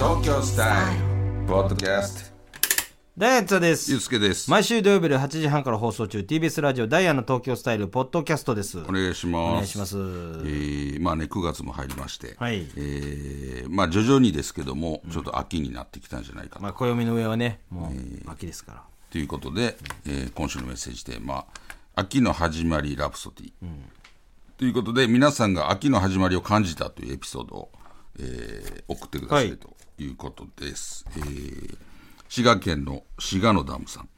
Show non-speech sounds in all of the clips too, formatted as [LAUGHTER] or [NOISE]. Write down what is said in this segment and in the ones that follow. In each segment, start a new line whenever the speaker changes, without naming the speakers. ョンスタイルポッドキャスト
ダイアンツです
ゆうすけです
毎週土曜日の8時半から放送中 TBS ラジオダイアンの東京スタイルポッドキャストです
お願いします
お願いします
えーまあね9月も入りまして、
はい
えーまあ徐々にですけどもちょっと秋になってきたんじゃないかと、
まあ暦の上はねもう秋ですから
ということで、えー今週のメッセージテーマ「秋の始まりラプソディ」ということで皆さんが秋の始まりを感じたというエピソードを、えー送ってください、
はい
ということです、えー滋賀県の滋賀のダムさん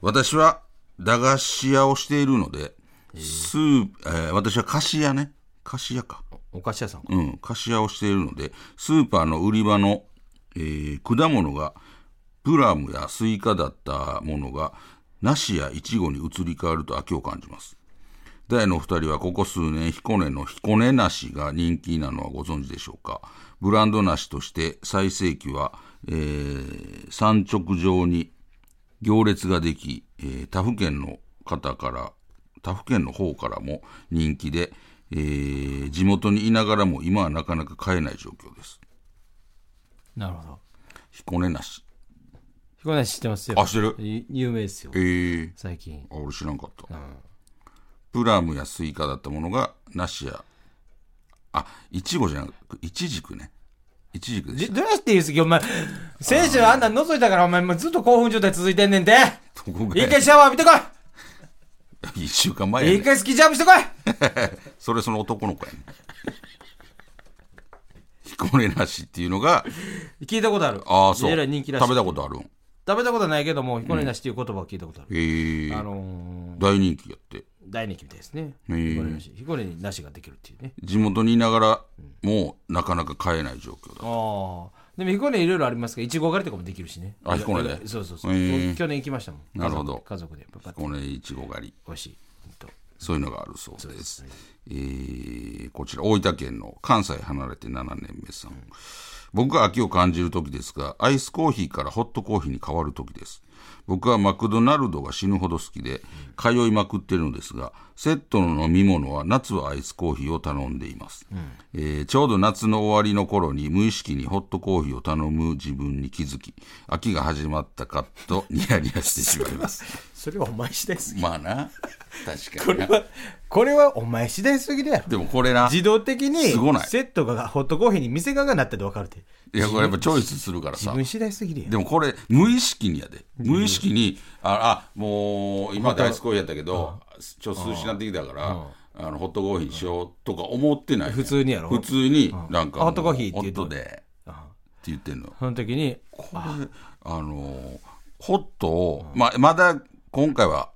私は駄菓子屋をしているので、スーえー私は菓子屋ね菓子屋か
お菓子屋さんか
うん、貸し屋をしているので、スーパーの売り場の、えー果物が、プラムやスイカだったものが、梨やイチゴに移り変わると秋を感じます。ダイのお二人はここ数年、彦根の彦根梨が人気なのはご存知でしょうかブランド梨として最盛期は、えー産直場に行列ができ、えー他府県の方から、他府県の方からも人気で、えー地元にいながらも今はなかなか買えない状況です。
なるほど
彦根梨。
彦根梨知ってますよ
あ、してる
ゆ有名ですよ
えー、
最近
あ俺知らんかった、プラムやスイカだったものが梨やあいちごじゃなくイチジクねイチジクでし
どうやって言うんすけお前選手のあんなの覗いたからお前もうずっと興奮状態続いてんねんて
たどこが
一回シャワー浴びてこ
1週間前
い
や
一
ね
回スキージャンプしてこい
それその男の子やね彦根梨っていうのが
聞いたことある
ああそう
えらい人
食
気
べ
らしい
たことあるん
食べたことないけども彦根梨っていう言葉を聞いたことある
へえ
あのー
大人気やって
大人気みたいですね
へえ
彦根梨彦根に梨ができるっていうね
地元にいながらもうなかなか買えない状況だ
ああでも彦根いろいろありますからいちご狩りとかもできるしね
あ彦根で
そうそうそう
へえ
去年行きましたもん
なるほど
家族でパパって
彦根いちご狩り
美味しいほんと
そういうのがあるそうです。えーこちら、大分県の関西離れて7年目さん。僕が秋を感じる時ですが、アイスコーヒーからホットコーヒーに変わる時です。僕はマクドナルドが死ぬほど好きで、通いまくっているのですが、セットの飲み物は夏はアイスコーヒーを頼んでいます。えーちょうど夏の終わりの頃に無意識にホットコーヒーを頼む自分に気づき、秋が始まったかとニヤニヤしてしまいます。 [LAUGHS]
それはお前次第す
まあな、確
こ
かに
れ
な。
はこれはお前次第すぎだよ
でもこれな。
自動的に
すごない
セットがホットコーヒーに店側がなってて分かるって
いや、これやっぱチョイスするからさ
自。分次第すぎるよ
でもこれ、無意識にやで。無意識に、あ、あ、もう、今大好きやったけど、ちょっと涼しなってきたから、あの、ホットコーヒーにしようとか思ってない。
普通にやろ
普通に、なんか、
あホットコーヒーって
ホ
言
ッ
うと
トで、って言ってんの。
その時に
これ、あの、ホットを、ま、まだ今回は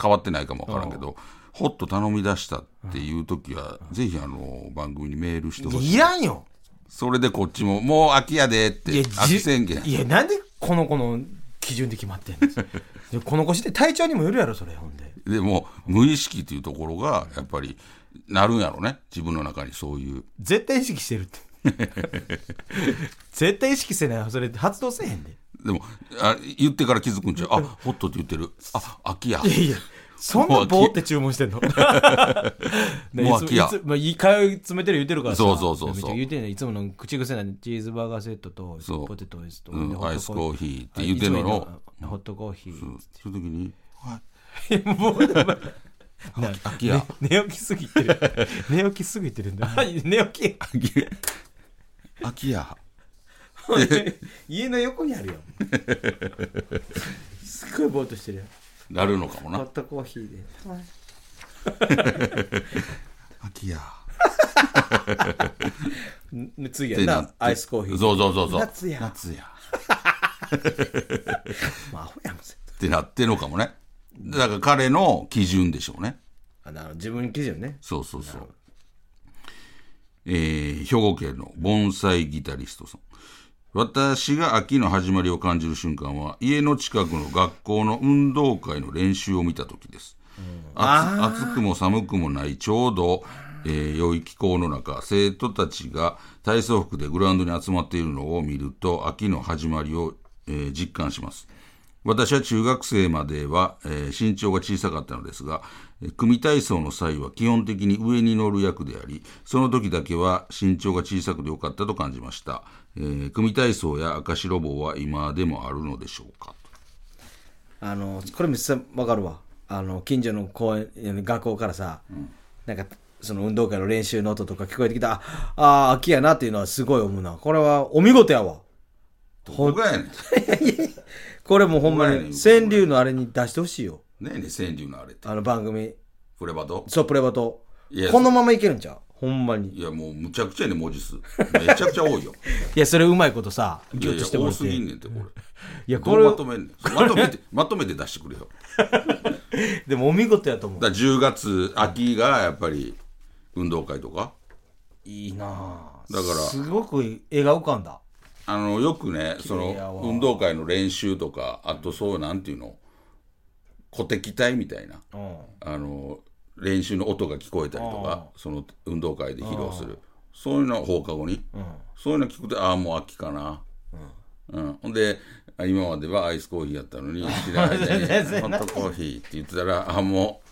変わってないかもわからんけど、ホット頼み出したっていう時は、ぜひあの、番組にメールしてほしい。
いらんよ
それでこっちも、もう秋やでって
いや、
秋宣言。
いやなんでこの子の基準で決まってんの [LAUGHS] でこの子して体調にもよるやろそれほんで
でも無意識というところがやっぱりなるんやろね自分の中にそういう
絶対意識してるって絶対意識せないよそれ発動せえへんで
でもあ言ってから気づくんちゃうあホットって言ってるあ秋や
いやいやそん
もう
な
飽き
ボーって注文
[LAUGHS]
してんのね
もう飽きや
いつもいつまあ、いい通い詰めてる言うてるからさ
そうそうそうそう
めっちゃ言うてんねんいつもの口癖なんでチーズバーガーセットと
そう
ポテトですと、
うん
でホット
アイスコーヒーって言うてんのよ
あホットコーヒ
そ
ー
ういう時に
もうお前
秋や
寝起きすぎてる寝起きすぎてる
[LAUGHS]
んだ寝起き
秋や
[LAUGHS] 家の横に
[LAUGHS]
あるよすっごいぼーっとしてるよ
なるのかも
ホッ
な
トコーヒーで
秋や
ん次
っ
や
て
な
なって
アイスコーヒー
そうそうそうそう
夏や
夏や
まあアホやんせ
ってなってんのかもねだから彼の基準でしょうね
あの自分基準ね
そうそうそう。えー兵庫県の盆栽ギタリストさん。私が秋の始まりを感じる瞬間は、家の近くの学校の運動会の練習を見た時です。暑暑くも寒くもないちょうど、えー良い気候の中生徒たちが体操服でグラウンドに集まっているのを見ると秋の始まりを、えー実感します私は中学生までは、えー身長が小さかったのですが、えー組体操の際は基本的に上に乗る役であり、その時だけは身長が小さくてよかったと感じました。えー組体操や赤白棒は今でもあるのでしょうか
あのこれめっちゃわかるわあの近所の公園いや学校からさ、なんかその運動会の練習の音とか聞こえてきたああー秋やなっていうのはすごい思うなこれはお見事やわ
と。ほがやねん。
これもうほんま
うまい
に
ね
川柳のあれに出してほしいよ
ねえねえ、川柳のあれって。
あの番組
フレバド
ソプレバと
いや
このままいけるんちゃうほんまに
いや、もうむちゃくちゃやね文字数。めちゃくち
[LAUGHS]
ゃ多いよ。
いやそれうまいことさ
い
ギ
や
ュッ
い
と
や
しても
多
らって
すぎんねんって、これ。
いや [LAUGHS] こ
どう
れ
まとめんねん。まとめて、 [LAUGHS] まとめて出してくれよ。
でもお見事やと思う
だから10月、秋がやっぱり運動会とか。
いいなあ
だから
すごく絵が浮かんだ
あのよくねそ
麗や
の
わ
運動会の練習とかあとそうなんていうの鼓敵隊みたいな
うん
あの練習の音が聞こえたりとかその運動会で披露するそういうの放課後に、そういうの聞くとああもう秋かなうん、ほんであ今まではアイスコーヒーやったの [LAUGHS] に知らないで
全然
ホットコーヒーって言ってたらああも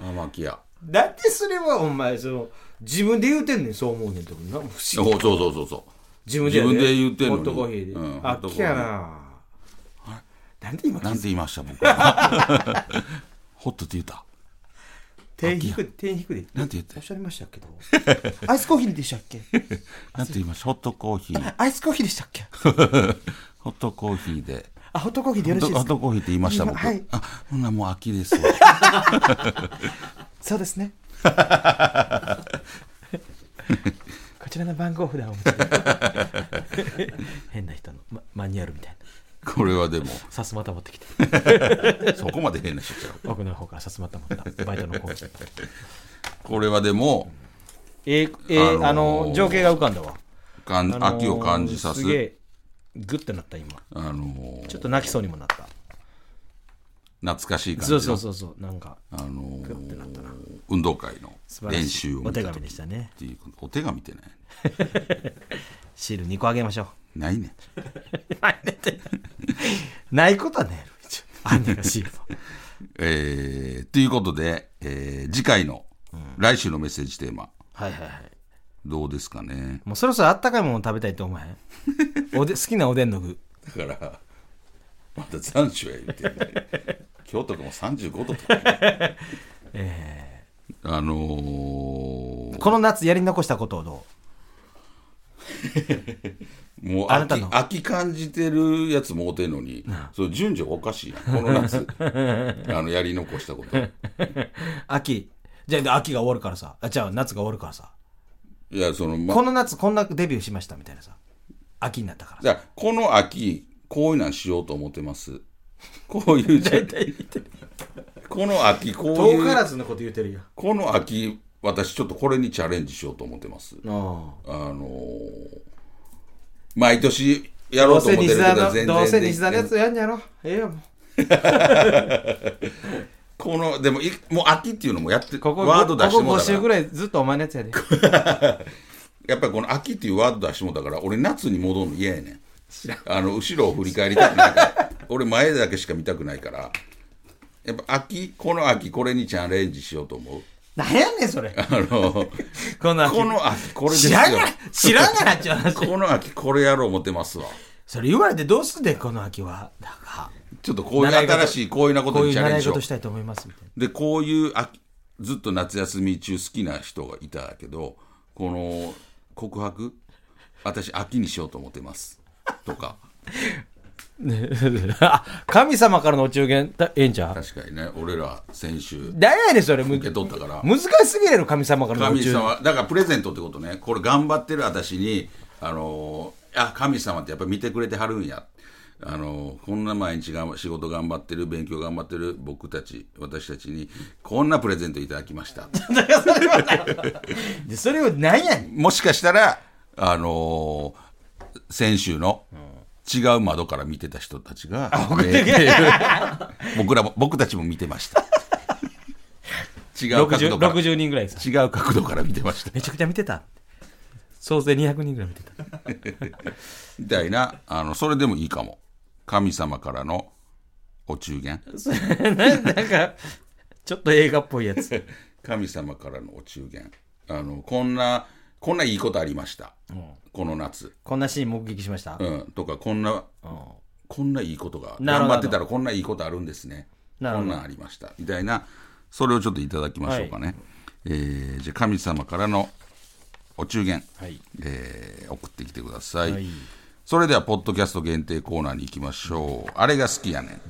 うああもう秋や
だってそれはお前その自分で言うてんねんそう思うねんってことな不思議
おそうそうそうそう
自
分でやで
言ってんの
ホ
に
ットコーヒーでうん
あっきやななんで今
なんて言いました僕 [LAUGHS] ホットって言った
点引く点引くで
なんて言って
おっしゃりましたけどアイスコーヒーでしたっけ
なんて言いましたホットコーヒー
アイスコーヒーでしたっけ
ホットコーヒーで。
あホットコーヒーでよろしい
ホッ
ですか
トコーヒーって言いました、
今
僕。
はい
あ、ほんならもう秋ですわ。
そうですねこちらの番号札をお持ちくださ
[LAUGHS]
い変な人の、まマニュアルみたい
[LAUGHS]
な
これはでも、
さすまた持 [LAUGHS] ってきて
そこまで変な人ちゃう。
奥の方からさすまた持ったバイトの子
これはでも、
えーえーあ
あのー
の情景が浮かんだわ、
かん
あのー
秋を感じさす。
すげえグッてなった今
あのー
ちょっと泣きそうにもなった
懐かしい感じ
そ
の
うそうそうそうなんか
あのー運動会の
素晴らしい
練習を
お
見
手
たと
紙
きっ
でしたね
ていうことお手紙ってない
シール2個あげましょう
ないね
ないことはねあんねんらしいよ
えー、ということで、えー次回の、来週のメッセージテーマ、
はいはいはい
どうですかね。
もうそろそろあったかいもの食べたいと思わ
[LAUGHS]
へんおで好きなおでんの具
だから、まだ残暑や言ってん
[LAUGHS]
ね今日とかも35度とか、あのー
この夏やり残したことをど
もう
あなた
秋
の
秋感じてるやつもうてんのに、そう順序がおかしいやんこの
[LAUGHS]
夏あのやり残したこと
う秋じゃあ秋が終わるからさあじゃあ夏が終わるからさ
いやその、ま、
この夏こんなデビューしましたみたいなさ秋になったから
じゃあこの秋こういうなんしようと思ってますこういうじゃこの秋こう
遠
い
から
う
ずのこと言うてるよ
この秋私ちょっとこれにチャレンジしようと思ってます
あ
あのー毎年やろうと思ってるけど全然できない
やんやろええよ
このでもいもう秋っていうのもやって
ここ
ワード出して
こ
も
こ
う
5
た
週
か
ぐ
ら
らいずっとお前のや
[LAUGHS]
つやで
やっぱりこの秋っていうワード出してもうたから俺夏に戻るの嫌やねんあの後ろを振り返りたくないから俺前だけしか見たくないからやっぱ秋この秋これにチャレンジしようと思う
なんやねんそれ
あの
この秋
この秋これです
知
よ
らんがな知らんがなっちゅう話
この秋これやろう思ってますわ
それ言われてどうすんでこの秋はだか
ちょっとこういう新しいこういうなこ
らことうい
に
う
チャレ
習
ン
い
ジしよう
事したいと思いますみたいな
でこういうあずっと夏休み中好きな人がいたけどこの告白私秋にしようと思ってますとか
あ [LAUGHS] 神様からのお中元だええんちゃう
確かにね俺ら先週
誰やねんそれむ
受け取ったから
難しすぎるやろ神様からのお
神
中元
様だからプレゼントってことねこれ頑張ってる私にあのーあ神様ってやっぱり見てくれてはるんやあのーこんな毎日がん仕事頑張ってる勉強頑張ってる僕たち私たちにこんなプレゼントいただきました
[LAUGHS] でそれをなんやねん
もしかしたら、あのー先週の違う窓から見てた人たちが、えー僕らも僕たちも見てました。違う角
60,
度から違
60人ぐらいさ
う角度から見てました
めちゃくちゃ見てた総勢200人ぐらい見てた
みたいなあのそれでもいいかも神様からのお中元
それな [LAUGHS] なんかちょっと映画っぽいや [LAUGHS] つ
神様からのお中元あのこんなこんないいことありました、この夏、
こんなシーン目撃しました、
うん、とかこんな
うん
こんないいことが
なるほ
頑
ど
張ってたらこんないいことあるんですね
なる
こ
ほ
ん
ど
なんありましたみたいなそれをちょっといただきましょうかね、えーじゃあ神様からのお中元、
はい
えー送ってきてください、
はい
それではポッドキャスト限定コーナーに行きましょうあれが好きやねん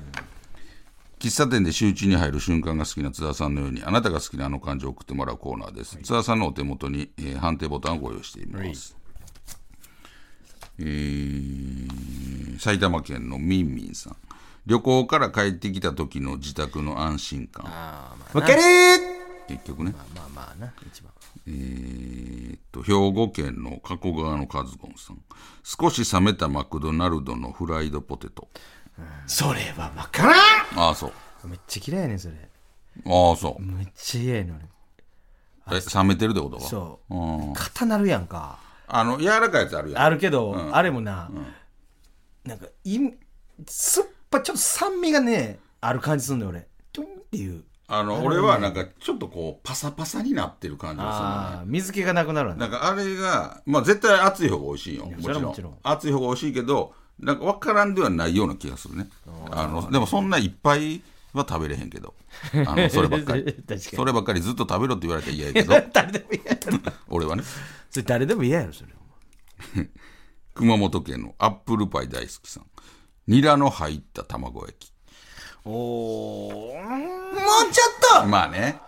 喫茶店で集中に入る瞬間が好きな津田さんのようにあなたが好きなあの感じを送ってもらうコーナーです、津田さんのお手元に、えー判定ボタンをご用意しています、えー埼玉県のみんみんさん旅行から帰ってきた時の自宅の安心感
あーま
ウケる
結局ね、
あまあまあな一番
えーっと、兵庫県の加古川のカズゴンさん。少し冷めたマクドナルドのフライドポテト。
それはわから
ああ、そう。
んめっちゃ嫌いやねんそれ
ああ、そう。
めっちゃ嫌やねん
え冷めてるってことか。
俺そう
うん。
肩なるやんか
あの、柔らかいやつあるやん。
あるけど、あれもな、なんかいすっぱちょっと酸味がねある感じすんだよ俺トゥンっていう
あの、俺はなんか、ちょっとこう、パサパサになってる感じがするのね
ああ水気がなくなるわね
なんかあれが、まあ絶対熱い方が美味しいよ。も
や
ち
そ
ろ
れは
ん。
もちろん
熱い方が美味しいけど、なんか分からんではないような気がするね。あの、でもそんないっぱいは食べれへんけど。あの、そればっかり
[LAUGHS] 確か。に
そればっかりずっと食べろって言われたら嫌やけど、
[LAUGHS] 誰でも嫌やろ
俺はね。
それ誰でも嫌やろそれ
熊本県のアップルパイ大好きさん。ニラの入った卵焼き。
おお
もうちょっ
まあね。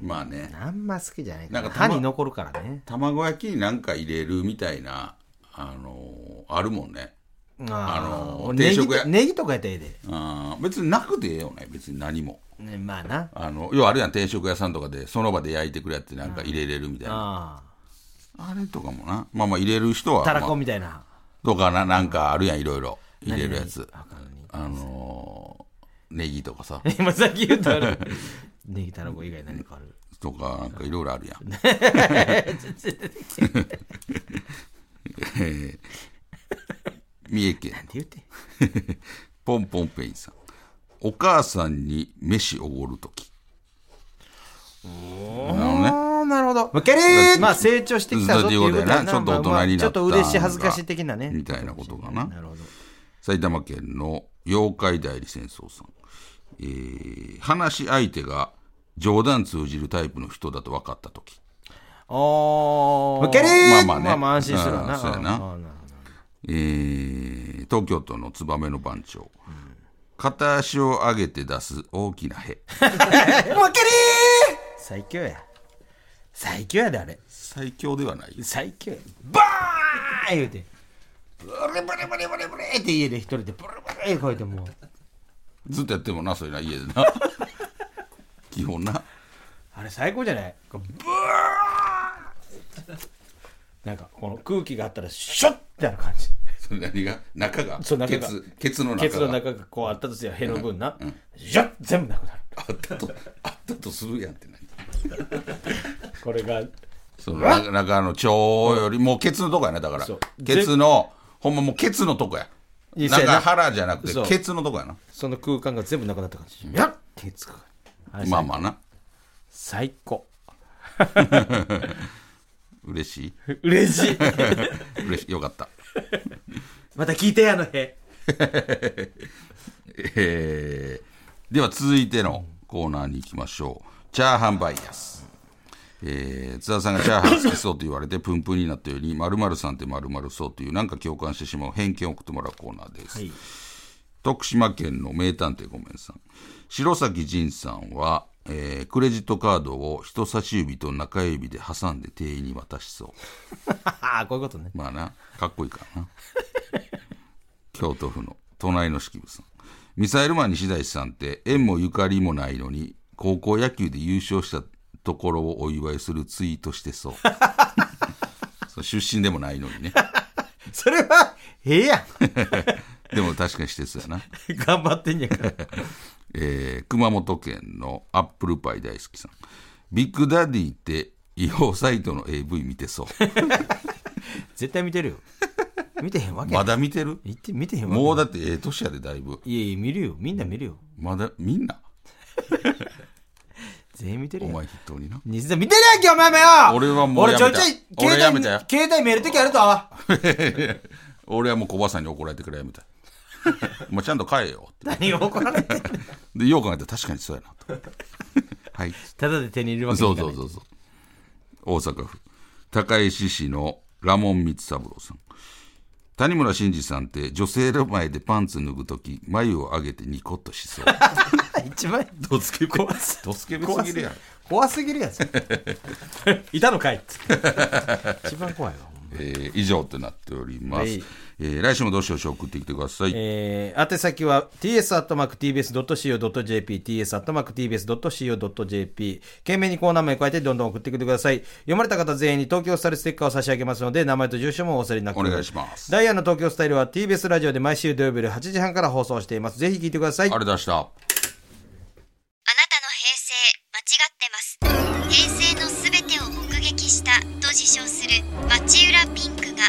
まあね。
あんま好きじゃない
な
か
ん
ら
か
歯に残るからね
卵焼きになんか入れるみたいな、あのーあるもんね。
あ
のー
ネ
定
ギ
食
と
や
ネギとかやったらええで
あー別になくてええよね。別に何も。
ねまあな
あの、要はあれやん、定食屋さんとかで、その場で焼いてくれってなんか入れれるみたいな。
あ
あれとかもな。まあまあ入れる人は、
あたら
ま
こ
あ
みたいな
とかな、なんかあるやん、いろいろ。入れるやつ。
あかんのに
あのーネギとかさ、
今さっき言ったある [LAUGHS] ネギたらこ以外何かある
とか、なんかいろいろあるやん。えー [LAUGHS] 三重県、
なんて言うて
ポンポンペインさん。お母さんに飯おごるとき。なるほどね。
ああなるほど
ウケる
まあ成長してきたぞっていうことやな
ちょっと大人になった
まあまあちょっと嬉しい恥ずかしい的なね
みたいなことかな
なるほど
埼玉県の妖怪代理戦争さん、えー話し相手が冗談通じるタイプの人だと分かった時
おー
ウケる
まあまあね
まあまあ安心するわな
うんそうやな
あーなるほど
えー東京都の燕の番長、片足を上げて出す大きな屁
もうウケる
最強や最強やであれ
最強ではない
最強やバーン言うてブレブレブレブレブレって家で一人でブレブレこうやってもう
ずっとやってもなそれな家でな [LAUGHS] 基本な
あれ最高じゃないこうブワーなんかこの空気があったらシュッってなる感じ
それ何が中が
そう中が
ケツケツの中が
ケツの中がこうあったとすればヘの分な、シュッ全部なくなる
あったとあったとするやんって何
これが
そのななんかあの腸よりもうケツのとこやねだから
そう
ケツのほんまもうケツのとこや
いや
なん
そうやな
か腹じゃなく
そう
てケツのとこやな
その空間が全部なくなった感じやっってつくあれ
まあまあな
最高
嬉しい
嬉し [LAUGHS] い
嬉しいよかった
また聞いてやあのへ
えーでは続いてのコーナーに行きましょうチャーハンバイアスえー津田さんがチャーハン好きそうと言われてプンプンになったように〇〇さんって〇〇そうというなんか共感してしまう偏見を送ってもらうコーナーです、
い
徳島県の名探偵ごめんさん白崎仁さんは、えークレジットカードを人差し指と中指で挟んで店員に渡しそ
あ [LAUGHS] あこういうことね
うまあなかっこいいからな [LAUGHS] 京都府の隣の式部さんミサイルマン西大さんって縁もゆかりもないのに高校野球で優勝したところをお祝いするツイートしてそう [LAUGHS] そう出身でもないのにね
それはええやん
でも確かにしてそうやな
頑張ってんやから
えー熊本県のアップルパイ大好きさん。ビッグダディって違法サイトの AV 見てそう。 [LAUGHS]
絶対見てるよ見てへんわけ
まだ見てる
行って見てへんわけ
もうだってええ年やでだいぶ
いやいや見るよみんな見るよ
まだみんな
全員見てる
お
よ
前筆頭にな
西田見てるやんけお前もよ
俺はもうやめた
俺ちょいちょい
俺や
携
め
帯
たよ
携帯見える時あると
俺はもう小バさんに怒られてくれやめたい [LAUGHS] お前ちゃんと買えよって
何を怒られてんの
でよう考えたら確かにそうやなと [LAUGHS] はい
ただで手に入れるわけに
そ
いうか
そ
な
う
い
そうそう大阪府高石市のラモン光三郎さん谷村新司さんって女性の前でパンツ脱ぐ時眉を上げてニコッとしそう
[LAUGHS] 一番
どつけべ
怖す
どつけべすぎるやん
怖すぎるや
[LAUGHS]
ついたのかいっつって一番怖いわほんま
えー以上となっております、
はい
えー来週もどしどし送ってきてください、
えー宛先は ts.tbs.co.jp ts.tbs.co.jp 懸命にコーナー名加えてどんどん送ってきてください読まれた方全員に東京スタイルステッカーを差し上げますので名前と住所もお忘れなく
お願いします
ダイヤの東京スタイルは TBS ラジオで毎週土曜日夜8時半から放送していますぜひ聞いてください
あれ出した
あなたの平成間違ってます平成のすべてを目撃したと自称する町浦ピンクが